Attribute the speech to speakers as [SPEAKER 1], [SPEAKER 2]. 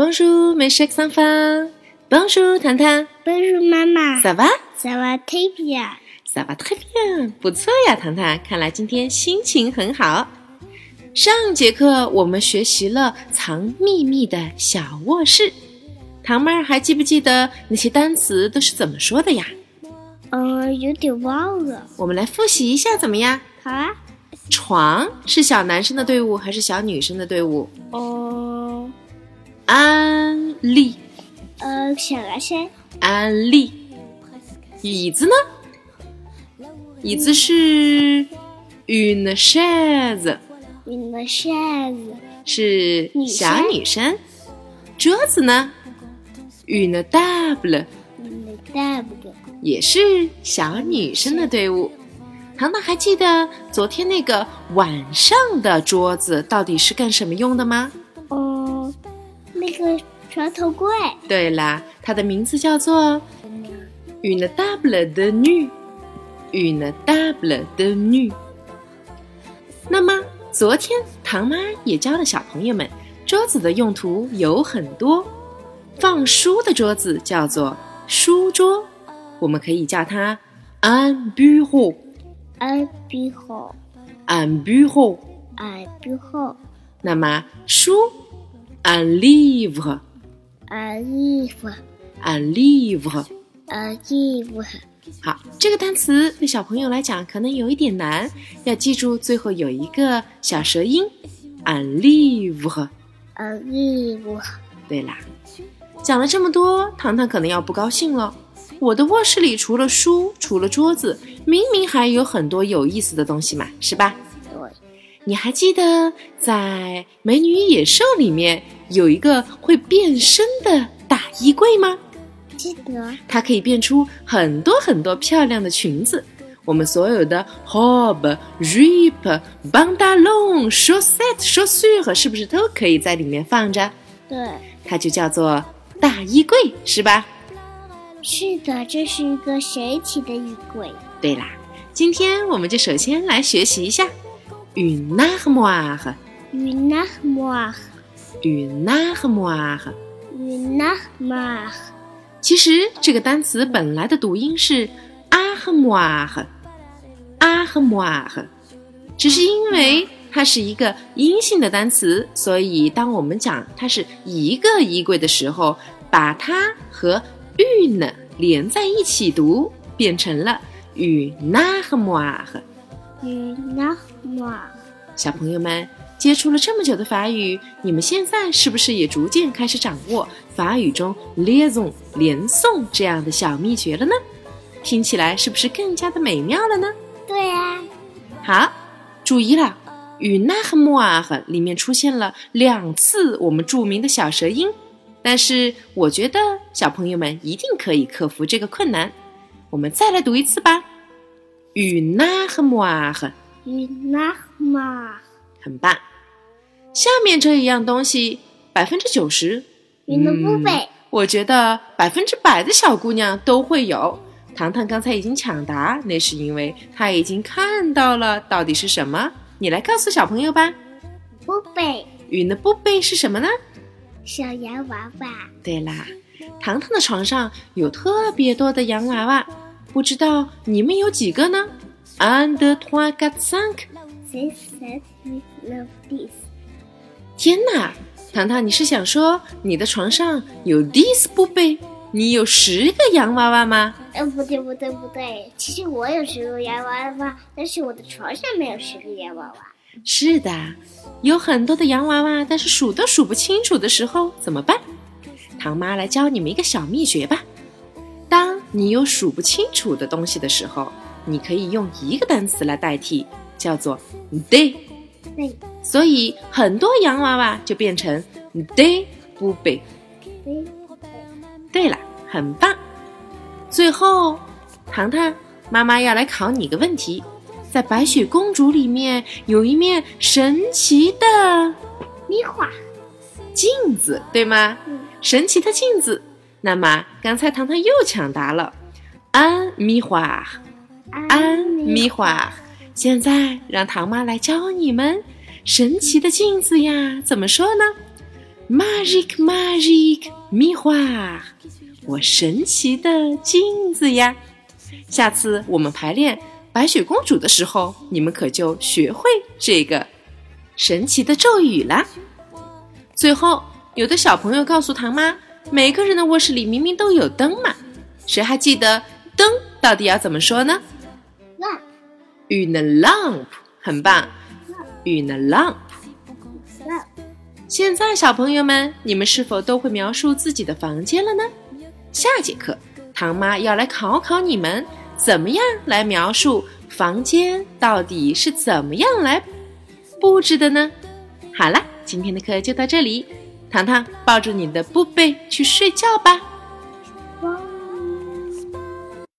[SPEAKER 1] les chèques sans fin. Bonjour, Tantan.
[SPEAKER 2] Bonjour 妈妈，
[SPEAKER 1] Ça va?
[SPEAKER 2] 萨瓦特比亚，
[SPEAKER 1] Ça va très bien. 不错呀，糖糖，看来今天心情很好。上节课我们学习了藏秘密的小卧室，糖妹儿还记不记得那些单词都是怎么说的呀？
[SPEAKER 2] 呃，有点忘了。
[SPEAKER 1] 我们来复习一下，怎么样？
[SPEAKER 2] 好啊，
[SPEAKER 1] 床是小男生的队伍还是小女生的队伍？
[SPEAKER 2] 哦，
[SPEAKER 1] 安利，
[SPEAKER 2] 呃，小男生，
[SPEAKER 1] 安利。椅子呢？椅子是 une chaise。
[SPEAKER 2] 你的扇子，
[SPEAKER 1] 是
[SPEAKER 2] 女生
[SPEAKER 1] 小女生。桌子呢，une table
[SPEAKER 2] 你的大不的，
[SPEAKER 1] 也是小女生的队伍。糖糖还记得昨天那个晚上的桌子到底是干什么用的吗？
[SPEAKER 2] 哦，那个床头柜，
[SPEAKER 1] 对啦，它的名字叫做 une table de nuit，une table de nuit。那么昨天唐妈也教了小朋友们，桌子的用途有很多。放书的桌子叫做书桌，我们可以叫它 un bureau，un
[SPEAKER 2] 呃，比后，
[SPEAKER 1] bureau。
[SPEAKER 2] 呃，比后，
[SPEAKER 1] 那么书 un livre，un
[SPEAKER 2] 呃，衣服，
[SPEAKER 1] livre。
[SPEAKER 2] 呃，衣服，
[SPEAKER 1] 好，这个单词对小朋友来讲可能有一点难，要记住最后有一个小舌音 un livre。
[SPEAKER 2] 呃，衣服，
[SPEAKER 1] 对啦，讲了这么多，糖糖可能要不高兴了。我的卧室里除了书，除了桌子，明明还有很多有意思的东西嘛，是吧？
[SPEAKER 2] 对，
[SPEAKER 1] 你还记得在《美女与野兽》里面有一个会变身的大衣柜吗？
[SPEAKER 2] 记得，
[SPEAKER 1] 它可以变出很多很多漂亮的裙子。我们所有的 hob、rip、bandalon、chaussette、chaussure 是不是都可以在里面放着？
[SPEAKER 2] 对，
[SPEAKER 1] 它就叫做大衣柜，是吧？
[SPEAKER 2] 是的，这是一个神奇的衣柜。
[SPEAKER 1] 对啦，今天我们就首先来学习一下 une armoire、
[SPEAKER 2] Une armoire,
[SPEAKER 1] une armoire。
[SPEAKER 2] une armoire,
[SPEAKER 1] 其实这个单词本来的读音是啊 armoire 啊 armoire，只是因为它是一个阴性的单词，所以当我们讲它是一个衣柜的时候，把它和 une 连在一起读，变成了 une armoire。
[SPEAKER 2] une armoire.
[SPEAKER 1] 小朋友们接触了这么久的法语，你们现在是不是也逐渐开始掌握法语中 liaison 连诵这样的小秘诀了呢？听起来是不是更加的美妙了呢？
[SPEAKER 2] 对啊，
[SPEAKER 1] 好，注意了，与那和莫啊和里面出现了两次我们著名的小舌音，但是我觉得小朋友们一定可以克服这个困难。我们再来读一次吧，与那和莫啊和。
[SPEAKER 2] une armoire,
[SPEAKER 1] 很棒。下面这一样东西，百分之九十，
[SPEAKER 2] 你们不背
[SPEAKER 1] 我觉得百分之百的小姑娘都会有。糖糖刚才已经抢答，那是因为她已经看到了到底是什么。你来告诉小朋友吧，
[SPEAKER 2] 不背
[SPEAKER 1] 云的布被是什么呢？
[SPEAKER 2] 小洋娃娃，
[SPEAKER 1] 对啦，糖糖的床上有特别多的洋娃娃，不知道你们有几个呢？Un, deux, trois, quatre, cinq。
[SPEAKER 2] 谁谁谁 love this？
[SPEAKER 1] 天哪，糖糖，你是想说你的床上有 this 布被，你有十个洋娃娃吗？
[SPEAKER 2] 呃，不对不对不对，其实我有十个洋娃娃，但是我的床上没有十个洋娃娃。
[SPEAKER 1] 是的，有很多的洋娃娃，但是数都数不清楚的时候怎么办？唐妈来教你们一个小秘诀吧。当你有数不清楚的东西的时候，你可以用一个单词来代替，叫做 day。
[SPEAKER 2] 那
[SPEAKER 1] 所以很多洋娃娃就变成 day 布被。
[SPEAKER 2] 对，
[SPEAKER 1] 对了，很棒。最后，糖糖妈妈要来考你一个问题：在白雪公主里面有一面神奇的
[SPEAKER 2] 你画
[SPEAKER 1] 镜子，对吗？
[SPEAKER 2] 嗯
[SPEAKER 1] 神奇的镜子。那么刚才糖糖又抢答了，安米花，
[SPEAKER 2] 啊
[SPEAKER 1] 安米花。现在让糖妈来教你们神奇的镜子呀，怎么说呢 Magic, magic, miroir，我神奇的镜子呀！下次我们排练《白雪公主》的时候，你们可就学会这个神奇的咒语啦。最后，有的小朋友告诉唐妈，每个人的卧室里明明都有灯嘛，谁还记得灯到底要怎么说呢
[SPEAKER 2] Lamp,
[SPEAKER 1] ？Une lampe，很棒，une lampe。
[SPEAKER 2] lamp,
[SPEAKER 1] 现在，小朋友们，你们是否都会描述自己的房间了呢？下节课，唐妈要来考考你们，怎么样来描述房间到底是怎么样来布置的呢？好啦，今天的课就到这里，糖糖抱住你的布贝去睡觉吧。
[SPEAKER 2] 光。